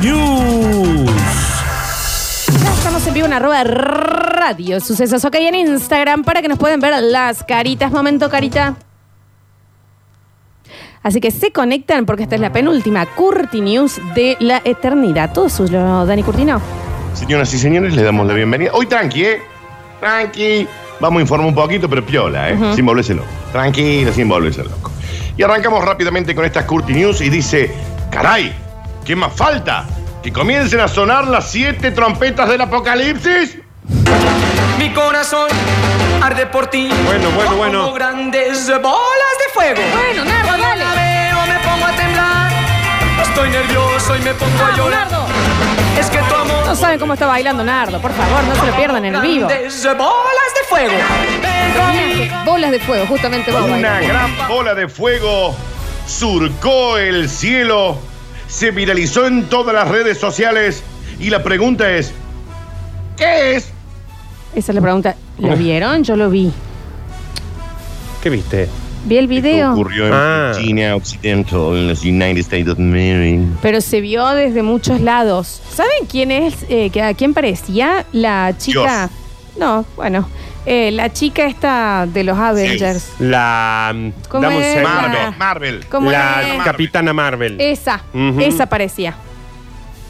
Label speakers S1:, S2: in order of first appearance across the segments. S1: News.
S2: Estamos en vivo en arroba radio sucesos. Ok, en Instagram para que nos pueden ver las caritas. Momento, carita. Así que se conectan porque esta es la penúltima Curti News de la eternidad. Todo suyo, Dani Curtino.
S3: Señoras y señores, les damos la bienvenida. Hoy tranqui, ¿eh? Tranqui. Vamos a informar un poquito, pero piola, ¿eh? Sin volverse loco. Tranquilo, sin volverse loco. Y arrancamos rápidamente con esta Curti News y dice, caray, ¿qué más falta? ¿Que comiencen a sonar las siete trompetas del apocalipsis?
S4: Mi corazón arde por ti.
S5: Bueno, bueno,
S4: como
S5: bueno.
S4: grandes bolas de fuego.
S2: Bueno, Nardo,
S4: Cuando
S2: dale.
S4: la veo me pongo a temblar. Estoy nervioso y me pongo a
S2: Vamos,
S4: llorar.
S2: Nardo.
S4: Es que tu amor.
S2: No saben cómo está bailando Nardo. Por favor, no se lo pierdan en el vivo.
S4: Grandes bolas de fuego. Ven conmigo.
S2: Bolas de fuego, justamente vos.
S3: Una gran bola de fuego surcó el cielo, se viralizó en todas las redes sociales y la pregunta es, ¿qué es?
S2: Esa es la pregunta. ¿Lo vieron? Yo lo vi.
S5: ¿Qué viste?
S2: Vi el video.
S3: Ocurrió en
S5: Ah.
S3: Virginia Occidental, en los United States of America.
S2: Pero se vio desde muchos lados. ¿Saben quién es? eh, que ¿A quién parecía? La chica. No, bueno. eh, la chica esta de los Avengers.
S5: La. mm,
S2: ¿Cómo
S5: dame un
S2: es?
S5: segundo.
S3: Marvel, Marvel.
S2: Ah. ¿Cómo
S5: la
S2: es?
S5: Capitana Marvel.
S2: Esa.
S5: Ujú.
S2: Esa parecía.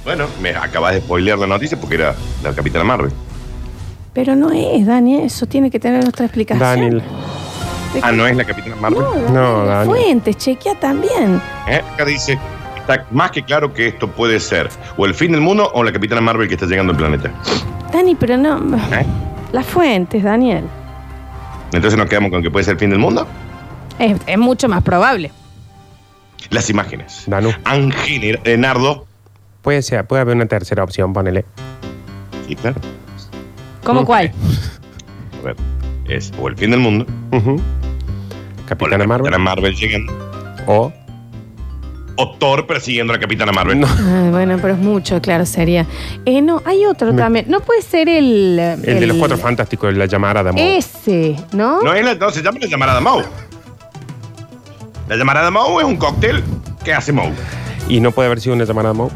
S3: Bueno, me acabas de spoilear la noticia porque era la capitana Marvel.
S2: Pero no es, Dani. Eso tiene que tener otra explicación.
S5: Daniel.
S2: ¿De
S3: Ah,
S2: qué?
S3: ¿no es la capitana Marvel?
S2: No,
S5: No,
S2: Daniel.
S5: Daniel.
S2: Fuentes, chequea también.
S3: ¿Eh? Acá dice, está más que claro que esto puede ser o el fin del mundo o la capitana Marvel que está llegando al planeta.
S2: Dani, pero no.
S3: ¿Eh?
S2: Las fuentes, Daniel.
S3: Entonces nos quedamos con que puede ser el fin del mundo.
S2: Es, es mucho más probable.
S3: Las imágenes.
S5: Danu.
S3: Han gener- eh, Nardo.
S5: Puede ser, puede haber una tercera opción, ponele.
S3: Sí, claro.
S2: ¿Cómo
S5: Ok.
S2: cuál?
S3: A ver, es o el fin del mundo
S5: Ujú.
S3: o la
S5: Capitana Marvel.
S3: capitana Marvel llegando
S5: O.
S3: o Thor persiguiendo a la capitana Marvel.
S5: No.
S2: Ah, bueno, pero es mucho, claro, sería. Eh, no, hay otro
S5: Me-
S2: también. No puede ser el. El,
S5: El, de los cuatro fantásticos, la llamada de amor.
S2: Ese, ¿no?
S3: No, es la- no se llama la llamarada Mau. La llamarada Mau es un cóctel que hace Mau.
S5: Y no puede haber sido una llamada de amor.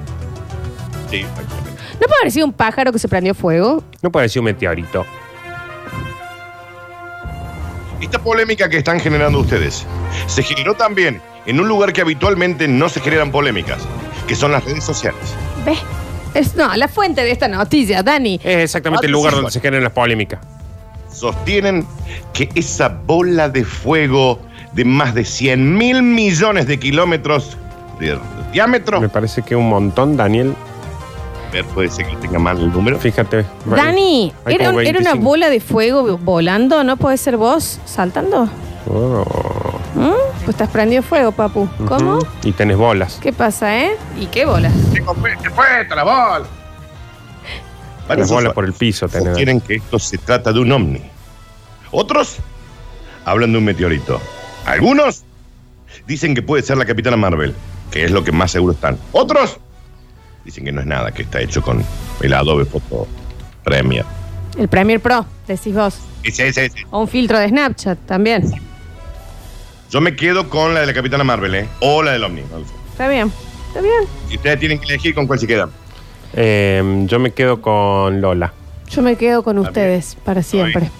S3: Sí, exactamente.
S2: ¿No puede haber sido un pájaro que se prendió fuego?
S5: No puede haber sido un meteorito.
S3: Esta polémica que están generando ustedes se generó también en un lugar que habitualmente no se generan polémicas, que son las redes sociales.
S2: ¿Ves? Es, no, la fuente de esta noticia, Dani.
S3: Eh,
S5: Es exactamente el lugar donde se generan las polémicas.
S3: Sostienen que esa bola de fuego de más de 100 mil millones de kilómetros de diámetro,
S5: Me parece que un montón, Daniel.
S3: A ver, puede ser que tenga mal el número,
S5: Fíjate.
S2: Dani,
S5: Hay
S2: era,
S5: como
S2: era una
S5: 25.
S2: bola de fuego volando, ¿no puede ser vos saltando?
S5: Oh.
S2: ¿Mm? Pues estás prendido fuego, papu. ¿Cómo?
S5: Ujú. Y tenés bolas.
S2: ¿Qué pasa, eh? ¿Y qué bola?
S3: Tengo fe- te puesto la bola.
S5: Las
S3: Varios
S5: bolas
S3: usuarios
S5: por el piso tenés.
S3: sostienen que esto se trata de un ovni. Otros hablan de un meteorito. Algunos dicen que puede ser la capitana Marvel, que es lo que más seguro están. Otros dicen que no es nada, que está hecho con el Adobe Photo Premiere.
S2: El Premier Pro, decís vos.
S3: Ese, ese, ese.
S2: O un filtro de Snapchat también.
S3: Yo me quedo con la de la capitana Marvel, ¿eh? O la del ovni. no lo sé.
S2: Está bien, está bien.
S3: Y ustedes tienen que elegir con cuál se quedan.
S5: Eh, yo me quedo con Lola.
S2: Yo me quedo con
S3: Está bien.
S2: ustedes para siempre.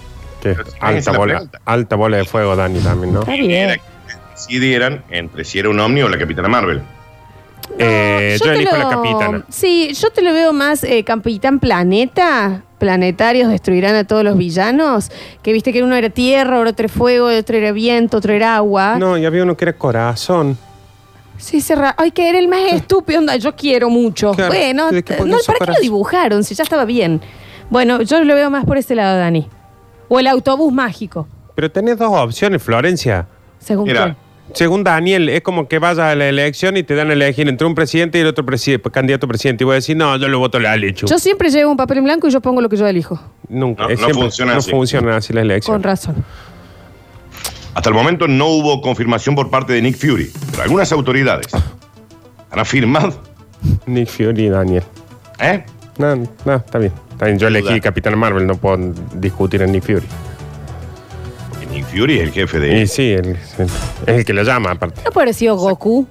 S5: Que es
S3: Pero si esa es
S5: alta,
S3: la
S5: bola,
S3: pregunta.
S5: alta bola de fuego, Dani, también, ¿no?
S2: Está
S3: Y era
S2: bien.
S3: que decidieran entre si era un ovni o la capitana Marvel.
S5: Eh, yo
S2: te
S5: elijo
S2: lo-
S5: la capitana.
S2: Sí, yo te lo veo más eh, Capitán Planeta. Planetarios destruirán a todos los villanos. Que viste que uno era tierra, otro era fuego, otro era viento, otro era agua.
S5: No, y había uno que era corazón.
S2: Sí, cerra. Ay, que era el más estúpido. Onda, yo quiero mucho.
S5: Claro,
S2: Bueno,
S5: ¿de qué
S2: t-
S5: ponen
S2: no,
S5: esos
S2: ¿para qué lo
S5: corazones?
S2: dibujaron? Si ya estaba bien. Bueno, yo lo veo más por ese lado, Dani. O el autobús mágico,
S5: Pero tenés dos opciones, Florencia.
S2: según
S3: Mira,
S2: quién.
S5: Según Daniel, es como que vayas a la elección y te dan a elegir entre un presidente y el otro presi- candidato presidente. Y voy a decir, no, yo lo voto a la Lechu.
S2: Yo siempre llevo un papel en blanco y yo pongo lo que yo elijo.
S5: Nunca.
S3: No,
S5: es
S3: no funciona
S5: no
S3: así.
S5: funcionan así las
S2: Con
S5: elecciones.
S2: razón.
S3: Hasta el momento no hubo confirmación por parte de Nick Fury, pero algunas autoridades han afirmado.
S5: Nick Fury y Daniel.
S3: ¿Eh?
S5: No, no, está bien. Está bien. Yo elegí
S3: Duda.
S5: Capitán Marvel, no puedo discutir en Nick Fury.
S3: Porque Nick Fury es el jefe de.
S5: Y sí, él- él- es el que lo llama, aparte.
S2: No puede haber sido Goku.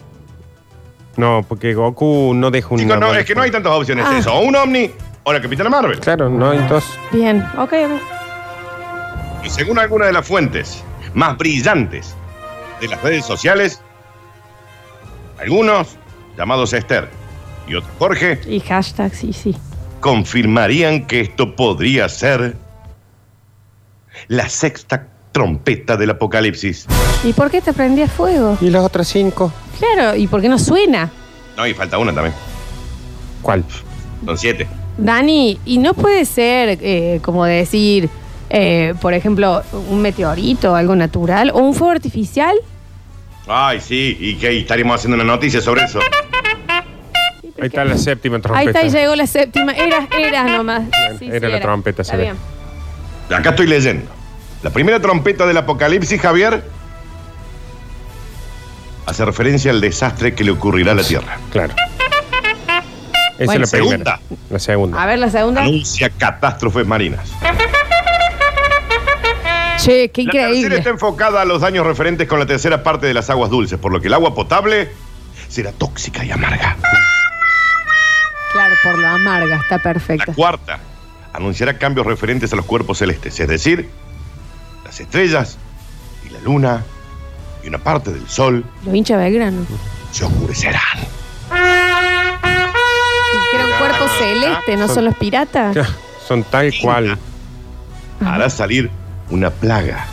S5: No, porque Goku no deja un.
S3: Chicos, no, es que no hay tantas opciones.
S2: Ah.
S3: Eso, o un Omni o la Capitana Marvel.
S5: Claro, no hay dos.
S2: Bien, ok, ok.
S3: Y según algunas de las fuentes más brillantes de las redes sociales, algunos, llamados Esther y otros Jorge,
S2: Y hashtag, sí, sí.
S3: confirmarían que esto podría ser la sexta trompeta del apocalipsis.
S2: ¿Y por qué te prendías fuego?
S5: ¿Y los otros cinco?
S2: Claro, ¿y por qué no suena?
S3: No, y falta una también.
S5: ¿Cuál?
S3: Son siete.
S2: Dani, y no puede ser eh, como decir, eh, por ejemplo, un meteorito, algo natural, o un fuego artificial.
S3: Ay, sí, y que estaríamos haciendo una noticia sobre eso.
S5: Ahí está la séptima
S2: Ahí
S5: trompeta.
S2: está, y llegó la séptima. Era, era nomás. Sí,
S5: era la trompeta,
S2: Está
S5: se ve.
S2: bien.
S3: Acá estoy leyendo. La primera trompeta del apocalipsis, Javier, hace referencia al desastre que le ocurrirá a la Tierra.
S5: Claro. Esa
S2: Bueno.
S5: es la primera.
S3: Segunda.
S5: La segunda.
S2: A ver, la segunda.
S3: Anuncia catástrofes marinas.
S2: Che, qué
S3: La tercera
S2: increíble.
S3: está enfocada a los daños referentes con la tercera parte de las aguas dulces, por lo que el agua potable será tóxica y amarga.
S2: Claro, por lo amarga, está perfecta.
S3: La cuarta anunciará cambios referentes a los cuerpos celestes, es decir, las estrellas y la luna y una parte del sol
S2: Los hinchas Belgrano.
S3: se oscurecerán.
S2: Que era un cuerpo celeste, no son los piratas.
S5: Son tal cual.
S3: Hará salir una plaga,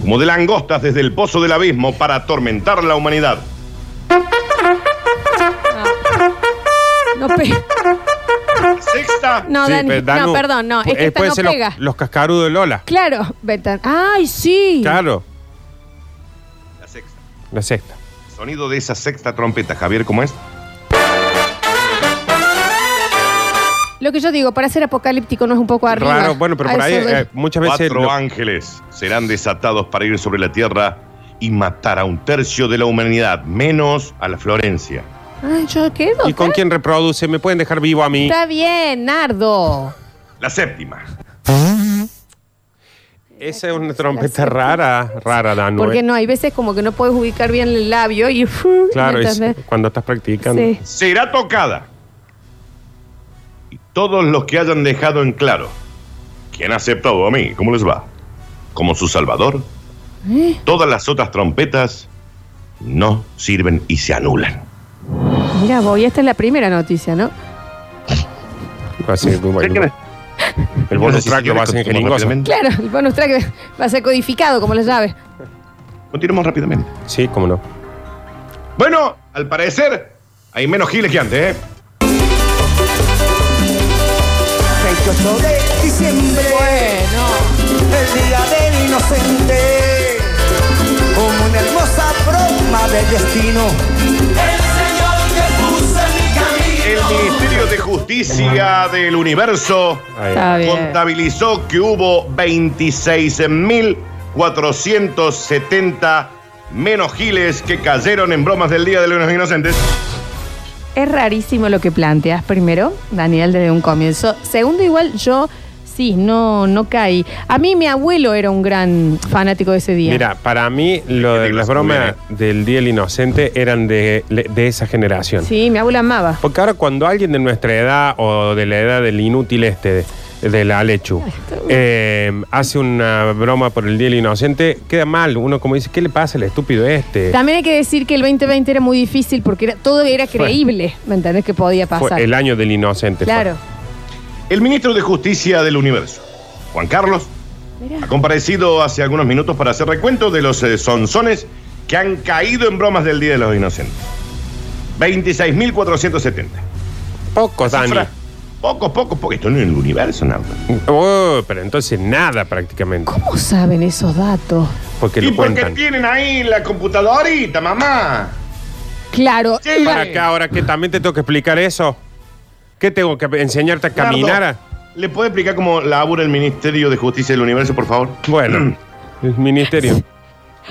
S3: como de langostas desde el pozo del abismo para atormentar a la humanidad.
S2: No, pe-
S3: La sexta,
S2: no,
S5: Sí,
S2: Dani.
S5: pero Danu,
S2: no, perdón, no. Es
S5: eh,
S2: que esta
S5: pueden
S2: no
S5: ser los-
S2: pega.
S5: Los, cascarudos de Lola.
S2: Claro, Betan. ¡Ay, sí!
S5: Claro.
S3: la sexta.
S5: La sexta.
S3: Sonido de esa sexta trompeta, Javier, ¿cómo es?
S2: Lo que yo digo, para ser apocalíptico no es un poco arriba.
S5: Raro. Bueno, pero por
S2: A
S5: ahí
S2: eso de-
S5: eh, muchas veces.
S3: Cuatro
S5: lo-
S3: ángeles serán desatados para ir sobre la tierra y matar a un tercio de la humanidad, menos a la Florencia.
S2: Ay, yo quedo.
S5: ¿Y con
S2: acá.
S5: quién reproduce? ¿Me pueden dejar vivo a mí?
S2: Está bien, Nardo.
S3: La séptima.
S5: Esa es una trompeta rara, rara, Danu.
S2: Porque
S5: eh.
S2: no, hay veces como que no puedes ubicar bien el labio y.
S5: Claro, es-
S2: ¿entendés?
S5: cuando estás practicando.
S2: Sí.
S3: Será tocada. Y todos los que hayan dejado en claro quién ha aceptado a mí, cómo les va, como su salvador, todas las otras trompetas no sirven y se anulan.
S2: Mira, voy, esta es la primera noticia, ¿no?
S5: Así, bueno, el bonus track lo va a hacer en jeringosa.
S3: rápidamente.
S2: Claro, el bonus track va a ser codificado como la llave.
S3: Continuemos rápidamente.
S5: Sí, cómo no.
S3: Bueno, al parecer hay menos giles que antes, ¿eh?
S6: 28 de diciembre, el día del inocente, como una hermosa broma del destino.
S3: El Ministerio de Justicia del Universo
S5: Ahí.
S2: Está bien.
S3: contabilizó que hubo 26.470 menos giles que cayeron en bromas del Día de los Inocentes.
S2: Es rarísimo lo que planteas primero, Daniel, desde un comienzo. Segundo, igual yo sí, no, no caí. A mí mi abuelo era un gran fanático de ese día.
S5: Mira, para mí lo de las bromas del Día del Inocente eran de, de esa generación.
S2: Sí, mi abuela amaba.
S5: Porque ahora cuando alguien de nuestra edad o de la edad del inútil este, de- del Alechu, eh, hace una broma por el Día del Inocente, queda mal. Uno como dice, ¿qué le pasa al estúpido este?
S2: También hay que decir que el 2020 era muy difícil porque era- todo era creíble, ¿me entendés? Que podía
S5: Fue
S2: pasar.
S5: el año del inocente. fue.
S2: claro.
S3: El ministro de Justicia del Universo, Juan Carlos, ha comparecido hace algunos minutos para hacer recuento de los eh, sonzones que han caído en bromas del Día de los Inocentes. 26.470.
S5: Pocos, Dani.
S3: Cifra- Pocos, pocos, porque esto no es el universo, nada.
S5: Oh, pero entonces nada prácticamente.
S2: ¿Cómo saben esos datos?
S5: Porque
S3: Y
S5: lo
S3: porque
S5: cuentan.
S3: tienen ahí la computadorita, mamá.
S2: Claro.
S3: Sí.
S5: Para acá, ahora que también te tengo que explicar eso. ¿Qué tengo que enseñarte a caminar?
S3: Nardo, ¿Le puede explicar cómo labura el Ministerio de Justicia del Universo, por favor?
S5: Bueno, el ministerio.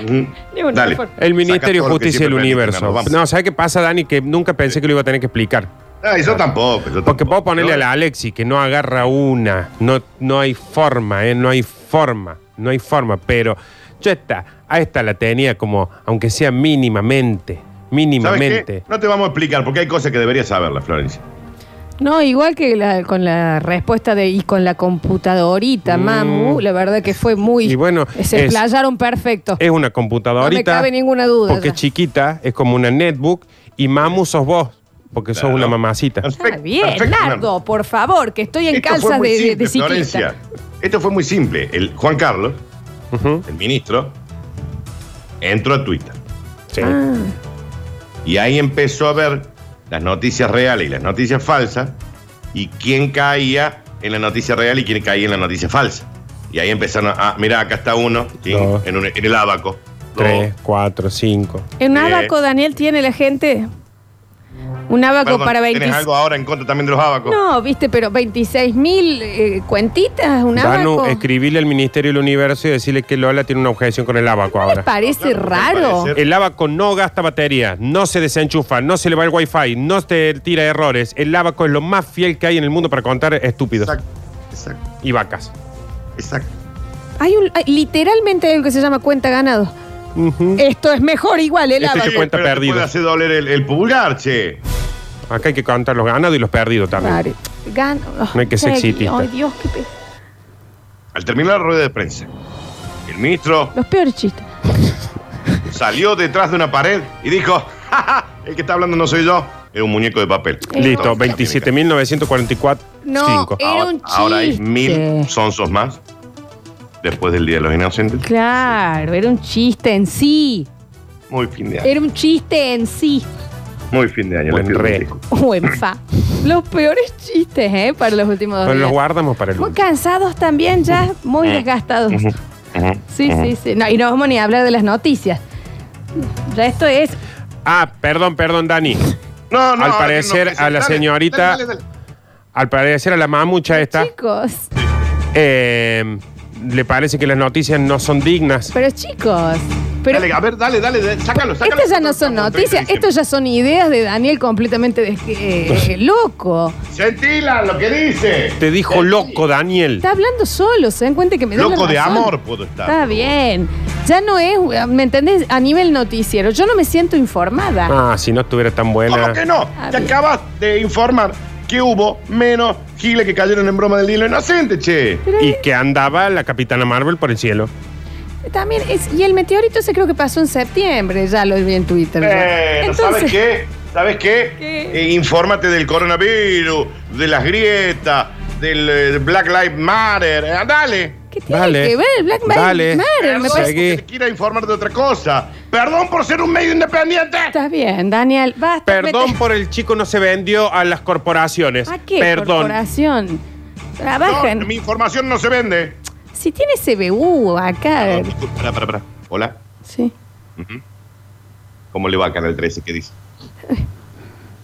S2: Ni un
S3: Dale.
S2: esfuerzo.
S5: El Ministerio
S3: Saca
S5: de
S3: todo lo que
S5: Justicia del
S3: siempre
S5: Universo.
S3: permiten, vamos.
S5: No, ¿sabes qué pasa, Dani? Que nunca pensé que lo iba a tener que explicar.
S3: Ah, yo tampoco. yo
S5: Porque
S3: tampoco.
S5: puedo ponerle
S3: Yo-
S5: a la Alexi que no agarra una. No, no hay forma, ¿eh? No hay forma. No hay forma. Pero yo esta, a esta la tenía como, aunque sea mínimamente.
S3: ¿Sabes qué?
S5: Mínimamente.
S3: No te vamos a explicar porque hay cosas que deberías saberlas, Florencia.
S2: No, igual que la- con la respuesta de y con la computadorita,
S5: Mm.
S2: mamu, la verdad que fue muy.
S5: Y bueno,
S2: se
S5: es-
S2: explayaron perfecto.
S5: Es una computadorita.
S2: No me cabe ninguna duda
S5: Porque
S2: ya.
S5: chiquita, es como una netbook. Y mamu sos vos. Porque sos
S3: Claro.
S5: una mamacita.
S2: Ah, bien,
S3: perfecto,
S2: Nardo, por favor, que estoy en
S3: Esto fue
S2: calzas
S3: muy
S2: de, de-
S3: simple,
S2: de ciclista.
S3: Florencia. Esto fue muy simple. El Juan Carlos,
S5: Ujú.
S3: el ministro, entró a Twitter.
S5: Sí.
S3: Y ahí empezó a ver las noticias reales y las noticias falsas y quién caía en la noticia real y quién caía en la noticia falsa. Y ahí empezaron a, ah, mira, acá está uno, ¿sí?
S5: Dos.
S3: en, un- en el abaco. dos.
S5: Tres, cuatro, cinco.
S2: En un
S3: Eh.
S2: abaco, Daniel, tiene la gente. Un abaco
S3: Perdón,
S2: para 20.
S3: ¿Tienes algo ahora en contra también de los abacos?
S2: No, viste, pero 26 mil eh, cuentitas, un
S5: Danu,
S2: abaco.
S5: escribile al Ministerio del Universo y decirle que Lola tiene una objeción con el abaco
S2: ¿No les
S5: ahora.
S2: parece
S3: Claro,
S2: raro?
S3: puede ser.
S5: El abaco no gasta batería, no se desenchufa, no se le va el wifi, no te tira errores. El abaco es lo más fiel que hay en el mundo para contar estúpidos
S3: Exacto, exacto,
S5: y vacas.
S3: exacto.
S2: Hay un, hay- literalmente hay algo que se llama cuenta ganado. Esto es mejor igual el
S5: Este
S2: abaco.
S5: que cuenta
S3: Pero te
S5: perdido.
S3: puede hacer doler el, el pulgar, che.
S5: Acá hay que contar los ganados y los perdidos también.
S2: Pare. Gan- oh,
S5: No hay que ser
S2: Peggy,
S5: exitista.
S2: Ay, Dios, qué pe-
S3: Al terminar la rueda de prensa, el ministro
S2: Los peores chistes.
S3: salió detrás de una pared y dijo, "Ja, ja, el que está hablando no soy yo, es un muñeco de papel.
S5: Listo,
S3: Entonces,
S5: 27.944.
S2: No, eh,
S5: cinco.
S2: Era
S3: Ahora,
S2: un
S3: ahora hay
S2: chiste.
S3: mil sonsos más después del Día de los Inocentes.
S2: Claro, era un chiste en sí.
S3: Muy fin de año.
S2: Era un chiste en sí. Eh.
S3: Muy fin de año.
S5: Buen
S3: les pido mil
S5: re.
S3: disculpas.
S2: O en fa. Los peores chistes, ¿eh? Para los últimos dos
S5: Pero los Eh.
S2: días.
S5: guardamos para el
S2: Muy
S5: último.
S2: cansados también ya, muy desgastados.
S3: Ujú.
S2: Sí, sí, sí. No, y no vamos ni a hablar de las noticias. Ya esto es...
S5: Ah, perdón, perdón, Dani.
S3: No, no,
S5: Al
S3: ahora
S5: parecer,
S3: que nos-
S5: a la
S3: dale,
S5: señorita-
S3: dale, dale,
S5: Al parecer a la mamucha esta,
S2: Chicos,
S5: eh, le parece que las noticias no son dignas.
S2: pero chicos... Pero
S3: Dale, a ver, dale, dale, dale, sácalo, sácalo.
S2: estas ya no son
S3: Estamos en
S2: noticias,
S3: 30 de
S2: estas ya son ideas de Daniel completamente des- eh, loco.
S3: diciembre. Sentila, lo que dice.
S5: Te dijo loco, Daniel.
S2: Está hablando solo, se dan cuenta que me da la
S3: Loco de
S2: razón.
S3: amor puedo estar.
S2: Está bien. Ya no es, ¿me entendés? A nivel noticiero, yo no me siento informada.
S5: Ah, si no estuviera tan
S3: ¿Cómo que
S5: buena.
S3: no?
S2: Ah,
S3: Te
S2: bien.
S3: acabas de informar que hubo menos giles que cayeron en broma del hilo inocente, che.
S5: Y que andaba la capitana Marvel por el cielo.
S2: También es, y el meteorito se creo que pasó en septiembre, ya lo vi en Twitter.
S3: Eh,
S2: ya.
S3: ¿no ¿Sabes qué? ¿Sabes qué?
S2: ¿Qué?
S3: Eh, infórmate del coronavirus, de las grietas, del eh, Black Lives Matter. Eh, dale.
S2: ¿qué tiene
S5: Dale.
S2: que ver? El Black
S5: Dale.
S2: Matter, me
S5: Perdón.
S2: parece.
S5: Seguí.
S3: que te quiera informar de otra cosa. Perdón por ser un medio independiente.
S2: Está bien, Daniel, basta.
S5: Perdón
S2: vete.
S5: por el chico no se vendió a las corporaciones.
S2: ¿A qué
S5: Perdón.
S2: corporación?
S3: No,
S2: Trabajan.
S3: mi información no se vende.
S2: Si tiene CBU acá.
S3: Pará, pará, pará. Hola.
S2: Sí.
S3: ¿Cómo le va a Canal 13? ¿Qué dice?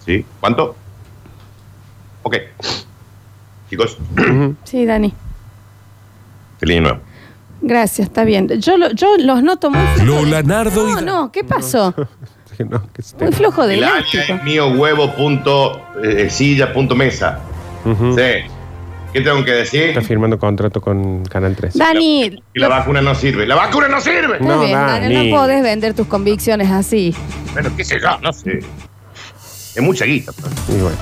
S3: ¿Sí? ¿Cuánto? Ok. Chicos,
S2: Sí, Dani.
S3: feliz año nuevo.
S2: Gracias, está bien. Yo, lo- yo los noto muy flojos
S1: Lola, Nardo y-
S2: No, no, ¿qué pasó?
S5: Sí, no, que se te-
S2: Muy flojo de
S3: El área
S2: elástico.
S3: es mío huevo punto, eh, silla punto mesa.
S5: Ujú.
S3: Sí. ¿Qué tengo que decir?
S5: Mm. Está firmando contrato con Canal 3.
S2: Dani,
S3: Y la vacuna no sirve. ¡La vacuna no sirve!
S2: está
S5: No,
S2: bien, Dani,
S5: Dani.
S2: no podés vender tus convicciones así.
S3: Bueno, qué sé yo, no sé. Es mucha guita. pues. pero-
S5: Y bueno,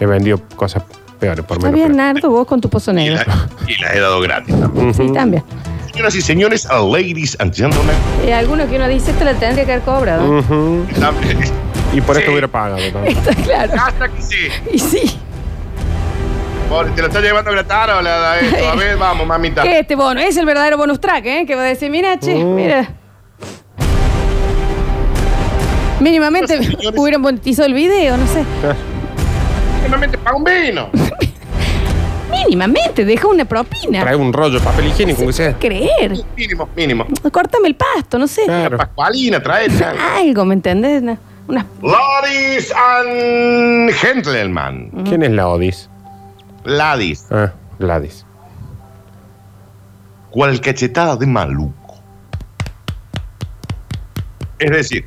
S5: he vendido cosas peores por
S2: Está
S5: menos.
S2: bien,
S5: pero-
S2: Nardo, vos con tu pozo
S3: Y
S2: negro.
S3: la, y la he dado gratis también.
S2: Sí, también.
S3: Señoras y señores, a ladies and gentlemen.
S2: Y Eh, alguno que uno dice, esto lo tendría que haber
S5: Mm.
S2: cobrado.
S5: Ujú. Y por esto
S3: Sí.
S5: hubiera pagado. ¿no?
S2: Está claro.
S3: Hasta que sí.
S2: Y sí.
S3: Pobre, Te lo está llevando a gratar o la esto. A ver, vamos, mamita.
S2: ¿Qué es este bono? Es el verdadero bonus track, ¿eh? Que va a decir, mira, che,
S5: Mm.
S2: mira. Mínimamente
S3: Los señores-
S2: hubieran monetizado el video, no sé.
S3: Últimamente para un vino.
S2: Mínimamente, deja una propina.
S5: Trae un rollo de papel higiénico, que sea.
S2: Creer.
S3: Mínimo, mínimo.
S2: Córtame el pasto, no sé.
S5: Claro.
S3: Pascualina, trae. trae.
S2: Algo, ¿me entendés? Una- una-
S3: Ladies and gentlemen.
S5: ¿Quién es la Odis?
S3: Ladies.
S5: Ah, Gladys.
S3: Cual cachetada de maluco. Es decir,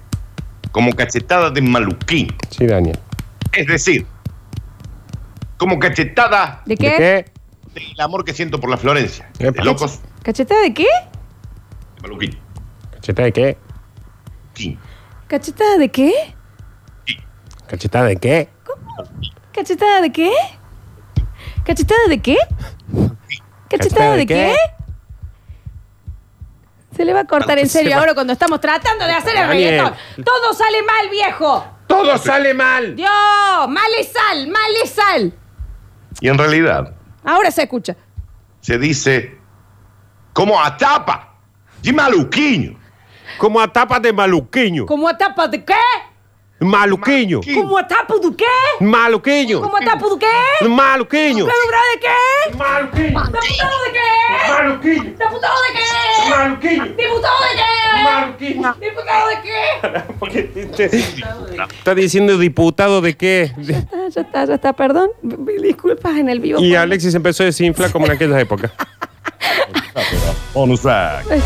S3: como cachetada de maluquín.
S5: Sí, Daniel.
S3: Es decir, como cachetada
S2: ¿De qué?
S5: ¿De
S3: del amor que siento por la Florencia.
S5: Epa.
S3: De locos,
S2: ¿Cachetada de qué?
S3: de maluquín.
S5: ¿Cachetada de qué?
S3: Quín.
S2: ¿Cachetada de qué?
S5: ¿Cachetada de qué?
S2: ¿Cachetada de qué? ¿Cachetada de qué? ¿Cachetada de qué? Ah, Se le va a cortar en
S5: Se
S2: serio
S5: va.
S2: ahora cuando estamos tratando de hacer el
S5: Daniel.
S2: reggaetón. Todo sale mal, viejo.
S5: ¡Todo sale mal!
S2: Dios, mal es sal, mal es sal.
S3: Y en realidad
S2: Ahora se escucha.
S3: se dice como atapa de maluquiño.
S5: Como a tapa de maluquiño.
S2: ¿Cómo atapa de qué?
S5: Maluquiño.
S3: Maluquiño.
S2: ¿Cómo atapa de qué?
S5: Maluquiño.
S2: ¿Cómo atapa de qué?
S5: Maluquiño.
S2: ¿Pero bravo de qué?
S5: Maluquiño.
S2: ¿Diputado de qué?
S5: Maluquiño.
S2: ¿Diputado de qué?
S5: Maluquiño.
S2: ¿Diputado de qué?
S5: Maluquiño.
S2: ¿Diputado de qué?
S5: Está diciendo diputado de qué.
S2: Ah, ya está, ya está, perdón. Disculpas en el vivo.
S5: Y Alexis empezó a desinflar como en aquellas épocas.
S3: Bonus track.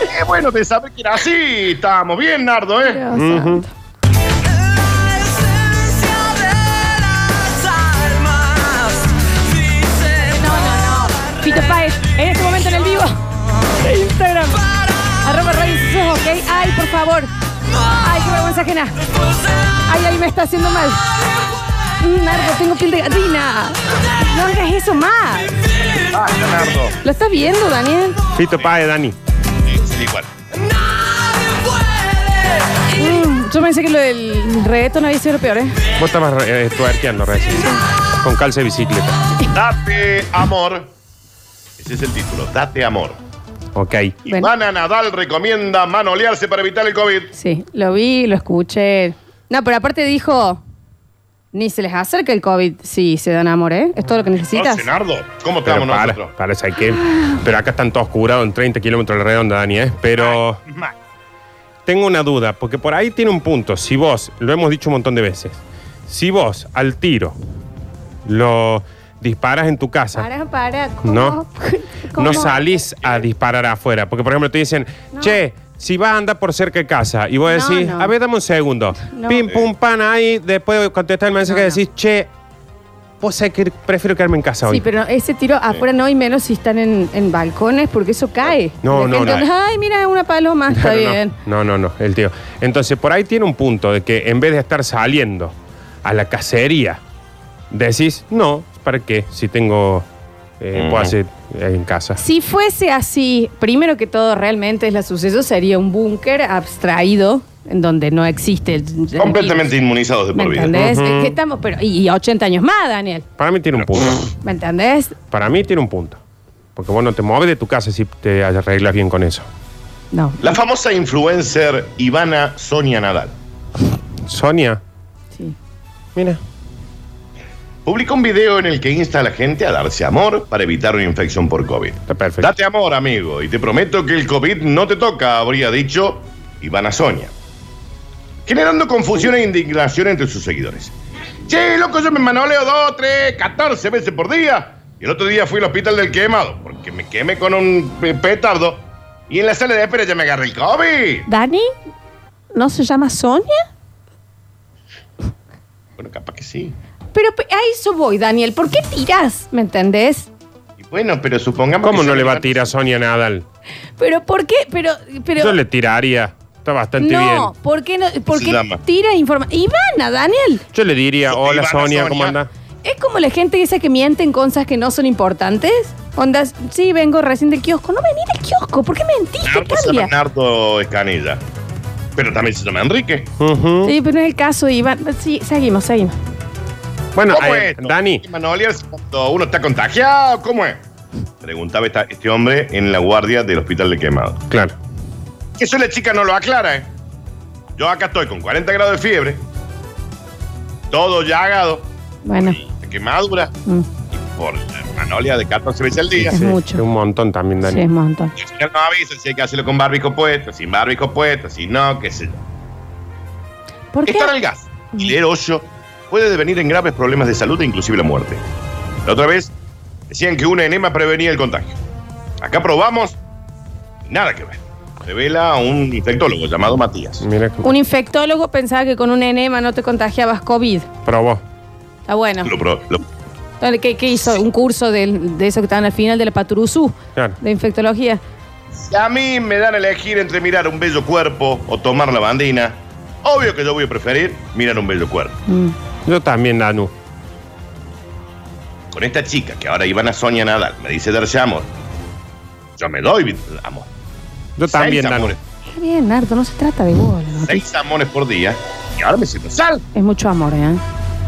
S3: Qué bueno de saber que era así. Estamos bien, Nardo, ¿eh?
S2: Dios santo.
S7: La esencia de las armas dice
S2: No, no, no. Fito Páez, en este momento en el vivo de Instagram. Arroba Radio Sucesos, ¿ok? Ay, por favor. Ay, qué vergüenza ajena. Ay, ay, me está haciendo mal. Mm, Nardo, tengo piel de gallina. No hagas eso más.
S3: Basta, Nardo.
S2: ¿Lo estás viendo, Daniel?
S5: Fito Páez, Dani.
S3: Sí, sí, igual.
S7: nadie puede y
S2: Mm, yo pensé que lo del reto no había sido lo peor, ¿eh?
S5: Vos estabas eh, tuerqueando recién. Con calce de bicicleta.
S3: Date amor. Ese es el título. Date amor.
S5: Ok.
S2: Bueno.
S3: Ivana Nadal recomienda manolearse para evitar el COVID.
S2: Sí, lo vi, lo escuché. No, pero aparte dijo, ni se les acerca el COVID si se dan amor, ¿eh? Es todo lo que necesitas.
S3: No, Nardo. ¿Cómo
S5: Pero
S3: estamos nosotros?
S5: para, para, ¿sabes qué? Pero acá están todos curados en 30 kilómetros de la redonda, Dani, ¿eh? Pero
S3: Mal.
S5: tengo una duda, porque por ahí tiene un punto. Si vos, lo hemos dicho un montón de veces, si vos al tiro lo disparas en tu casa,
S2: Para, para.
S5: No.
S2: ¿Cómo?
S5: no salís a disparar afuera. Porque, por ejemplo, te dicen,
S2: No.
S5: che, si vas a andar por cerca de casa y vos
S2: No,
S5: decís,
S2: no.
S5: a ver, dame un segundo.
S2: No.
S5: Pim, pum, pan ahí, después contestas el mensaje
S2: No,
S5: y
S2: no.
S5: decís, che, vos sabés que prefiero quedarme en casa hoy.
S2: Sí, pero ese tiro afuera no, y menos si están en, en balcones, porque eso cae.
S5: No,
S2: La
S5: no,
S2: gente,
S5: no.
S2: Ay, mira, una paloma, está
S5: Claro, no.
S2: bien.
S5: No, no, no, el tío. Entonces, por ahí tiene un punto de que en vez de estar saliendo a la cacería, decís, no, ¿para qué? Si tengo. eh,
S3: Mm.
S5: Puedo hacer eh, en casa.
S2: Si fuese así, primero que todo, realmente es la suceso, sería un búnker abstraído en donde no existe el. el
S3: Completamente
S2: virus.
S3: inmunizados de
S2: ¿Me
S3: por vida.
S2: entendés?
S5: Ujú.
S2: Es que estamos, pero. Y, y 80 años más, Daniel.
S5: Para mí tiene un punto.
S2: ¿Me entendés?
S5: Para mí tiene un punto. Porque vos no te mueves de tu casa si te arreglas bien con eso.
S2: No.
S3: La famosa influencer Ivana Sonia Nadal
S5: Sonia,
S2: Sí.
S5: mira.
S3: publicó un video en el que insta a la gente a darse amor para evitar una infección por COVID.
S5: Está perfecto.
S3: Date amor, amigo, y te prometo que el COVID no te toca, habría dicho Ivana Sonia. Generando confusión e indignación entre sus seguidores. Che, loco, yo me manoleo dos, tres, 14 veces por día. Y el otro día fui al hospital del quemado, porque me quemé con un pe- petardo. Y en la sala de espera ya me agarré el COVID.
S2: ¿Dani? ¿No se llama Sonia?
S3: Bueno, capaz que sí.
S2: Pero pe- a eso voy, Daniel. ¿Por qué tirás? ¿Me entendés?
S3: Y bueno, pero supongamos
S5: ¿Cómo
S3: que
S5: no
S3: sea
S5: le va a
S3: Ivana-
S5: tirar a Sonia Nadal?
S2: Pero ¿por qué? Pero. pero
S5: Yo le tiraría. Está bastante
S2: no,
S5: bien.
S2: ¿por qué no? ¿Por
S3: Se
S2: qué
S3: llama.
S2: tira información? Ivana, Daniel.
S5: Yo le diría,
S3: Yo-
S5: hola
S3: Ivana,
S5: Sonia,
S3: Sonia.
S5: ¿cómo andás?
S2: Es como la gente esa que miente en cosas que no son importantes. Ondas, sí, vengo recién del kiosco. No vení del kiosco, ¿por qué
S5: Ah,
S2: mentiste?
S3: Nardo se llama
S2: Cambia.
S3: Nardo Escanilla. Pero también se llama Enrique.
S5: Ujú.
S2: Sí, pero no es el caso, Iván. Sí, seguimos, seguimos.
S5: Bueno,
S3: ¿Cómo
S5: eh,
S3: es esto?
S5: Dani,
S3: Manolias, cuando uno está contagiado, ¿cómo es? Preguntaba esta- este hombre en la guardia del hospital de quemado.
S5: claro.
S3: Eso la chica no lo aclara, ¿eh? Yo acá estoy con 40 grados de fiebre, todo llagado,
S2: Bueno,
S3: la quemadura,
S2: mm,
S3: y por la manolia de 14 veces al día.
S2: Es mucho.
S5: es un montón también,
S2: sí,
S5: Dani.
S2: es un montón.
S3: Y al final no avisan si hay que hacerlo con barbico puesto, sin barbico puesto, si no, qué sé yo.
S2: ¿Por qué? Mm.
S3: Estar al gas y leer hoyo puede devenir en graves problemas de salud e inclusive la muerte. La otra vez decían que un enema prevenía el contagio. Acá probamos, Nada que ver. Revela un infectólogo llamado Matías.
S5: Mira, que-
S2: Un infectólogo pensaba que con un enema no te contagiabas COVID.
S5: probó.
S2: Está bueno.
S3: Lo pro- lo-
S2: Entonces, ¿Qué, qué hizo? Un curso de, de eso que estaban al final de la Paturuzú,
S5: Claro.
S2: de infectología.
S3: Si a mí me dan a elegir entre mirar un bello cuerpo o tomar la bandina, obvio que yo voy a preferir mirar un bello cuerpo.
S5: Yo también, Danu.
S3: Con esta chica que ahora Ivana Sonia Nadal me dice darse amor, yo me doy amor.
S5: Yo también,
S3: Seis
S5: Danu.
S3: amores,
S2: Está bien, Nardo, no se trata de vos. la noticia.
S3: seis amores por día y ahora me siento sal.
S2: Es mucho amor, ¿eh?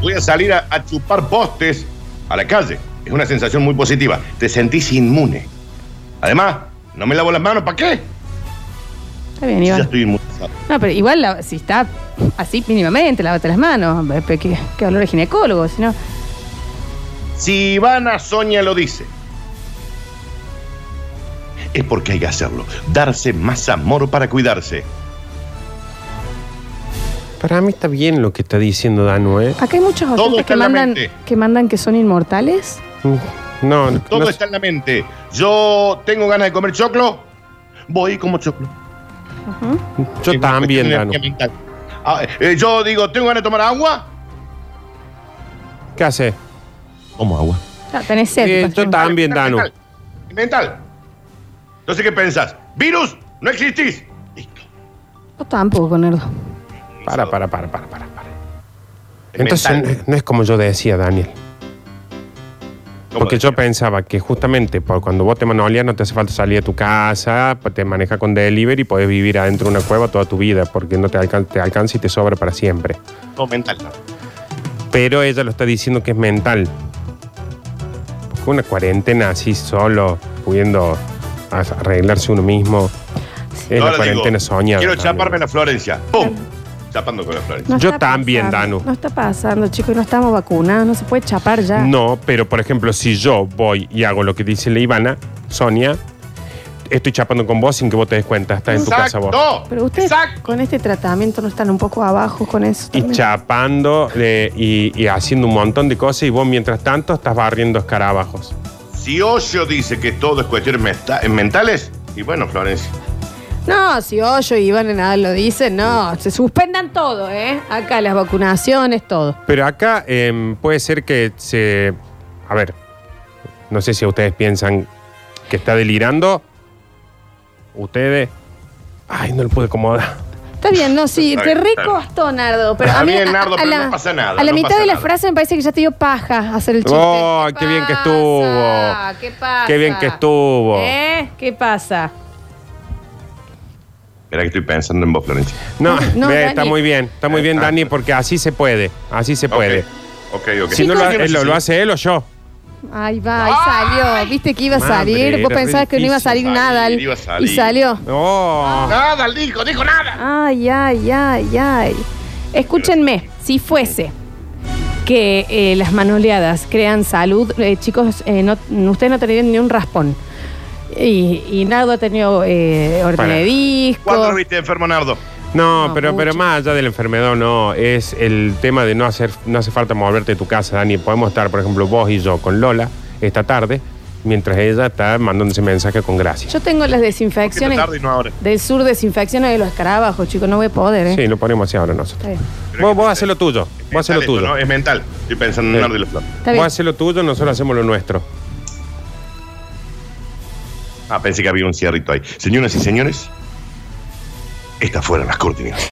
S3: Voy a salir a, a chupar postes a la calle. Es una sensación muy positiva. Te sentís inmune. Además, no me lavo las manos, ¿para qué?
S2: Está bien,
S3: Si Ya
S2: Iván.
S3: estoy inmunizado.
S2: No, pero igual la- si está así mínimamente, lávate las manos. hombre, pero ¿Qué, qué olor de ginecólogo? Si no,
S3: Si Ivana Soña lo dice, es porque hay que hacerlo. Darse más amor para cuidarse.
S5: Para mí está bien lo que está diciendo Danu, ¿eh?
S2: acá hay muchos
S3: Todo
S2: oyentes
S3: está
S2: que
S3: en la
S2: mandan,
S3: mente.
S2: que mandan que son inmortales.
S5: No, no,
S3: Todo
S5: no-
S3: está en la mente. Yo tengo ganas de comer choclo, voy y como choclo.
S5: yo
S3: Es una cuestión
S5: también, Danu.
S3: de energía mental. Ah, eh, yo digo, tengo ganas de tomar agua,
S5: ¿Qué hace?
S3: como agua.
S2: Ah, tenés sed.
S5: Eh,
S2: por
S5: yo
S2: ejemplo.
S5: también,
S3: Mental,
S5: Danu.
S3: mental. Mental. Entonces, ¿qué pensás? ¿Virus? ¿No existís? Listo.
S2: Yo tampoco, Nardo.
S5: Para, para, para, para, para. para.
S3: Es
S5: Entonces,
S3: mental.
S5: no- no es como yo decía, Daniel.
S3: ¿Cómo
S5: Porque yo
S3: decía?
S5: pensaba que justamente por cuando vos te manoleas no te hace falta salir de tu casa, pues te manejas con delivery y podés vivir adentro de una cueva toda tu vida porque no te, alcan- te alcanza y te sobra para siempre.
S3: No, mental.
S5: Pero ella lo está diciendo que es mental. Porque una cuarentena así solo, pudiendo as- arreglarse uno mismo, es
S3: Ahora
S5: la
S3: digo,
S5: cuarentena soñada.
S3: Quiero
S5: Danu.
S3: chaparme la Florencia. ¡Pum! Chapando con la Florencia.
S2: No
S5: Yo
S2: está
S5: también,
S2: pasando,
S5: Danu.
S2: No está pasando, chicos, no estamos vacunados, no se puede chapar ya.
S5: No, pero por ejemplo, si yo voy y hago lo que dice la Ivana, Sonia, estoy chapando con vos sin que vos te des cuenta, estás en tu casa vos.
S3: Exacto.
S2: Pero ustedes
S3: Exacto.
S2: con este tratamiento no están un poco abajo con eso.
S5: Y
S2: también?
S5: chapando eh, y, y haciendo un montón de cosas y vos mientras tanto estás barriendo escarabajos.
S3: Si Osho dice que todo es cuestiones menta- mentales, y bueno, Florencia.
S2: No, si Hoyo y Iván en nada lo dicen, no, se suspendan todo, ¿eh? Acá las vacunaciones, todo.
S5: Pero acá em, puede ser que se... A ver, no sé si ustedes piensan que está delirando. Ustedes... Ay, no lo pude acomodar.
S2: Está bien, no, sí,
S3: Está
S2: te
S3: bien, está bien.
S2: recostó, Nardo. Pero
S3: Está
S2: a mí,
S3: bien,
S2: a-
S3: Nardo,
S2: a
S3: pero
S2: la-
S3: no pasa nada,
S2: A la
S3: no
S2: mitad
S3: pasa
S2: de la
S3: nada.
S2: frase me parece que ya te dio paja hacer el chiste.
S5: Oh, qué bien que
S2: pasa?
S5: estuvo.
S2: ¿Qué pasa?
S5: Qué bien que estuvo.
S2: ¿Eh? ¿Qué pasa?
S3: Mira que estoy pensando en vos, Florencia.
S5: No,
S2: No,
S5: ve,
S2: Dani.
S5: está muy bien, está muy bien,
S3: Exacto.
S5: Dani, porque así se puede, así se puede.
S3: Ok, ok. ok.
S5: Si no lo,
S3: Yo
S5: él lo-
S3: sé
S5: lo
S3: si-
S5: hace él o yo.
S2: Ahí va, ahí salió. Viste que iba a
S5: Madre,
S2: salir. Vos
S5: era
S2: pensabas que no iba a salir
S5: difícil
S2: nada.
S3: salir, iba a salir.
S2: Y salió.
S5: Oh.
S3: Nada, dijo, dijo nada.
S2: Ay, ay, ay, ay. Escúchenme, si fuese que eh, las manoleadas crean salud, eh, chicos, eh, no, no- ustedes no tendrían ni un raspón. Y, y Nardo ha tenido eh, orden
S5: Para.
S2: de disco.
S3: ¿Cuándo lo viste enfermo, Nardo?
S5: No,
S2: No,
S5: pero, pero
S2: Ah, mucho.
S5: más allá de la enfermedad, no. Es el tema de no hacer, no hace falta moverte de tu casa, Dani. Podemos estar, por ejemplo, vos y yo con Lola esta tarde, mientras ella está mandándose mensaje con gracia.
S2: Yo tengo las
S3: Esta
S2: desinfecciones
S3: tarde y no ahora.
S2: del sur, desinfecciones de los escarabajos, chicos, no voy a poder, ¿eh?
S5: Sí, lo ponemos así ahora
S2: Está
S5: nosotros.
S2: bien.
S5: Vos, vos haces lo tuyo, vos haces lo
S3: Mental esto,
S5: tuyo.
S3: ¿no? Es mental. Estoy pensando en
S5: Sí.
S3: Nardo y los Flor.
S2: Está bien.
S5: Vos haces lo tuyo, nosotros hacemos lo nuestro.
S3: Ah, pensé que había un cierrito ahí. Señoras y señores, estas fueron las cortinas.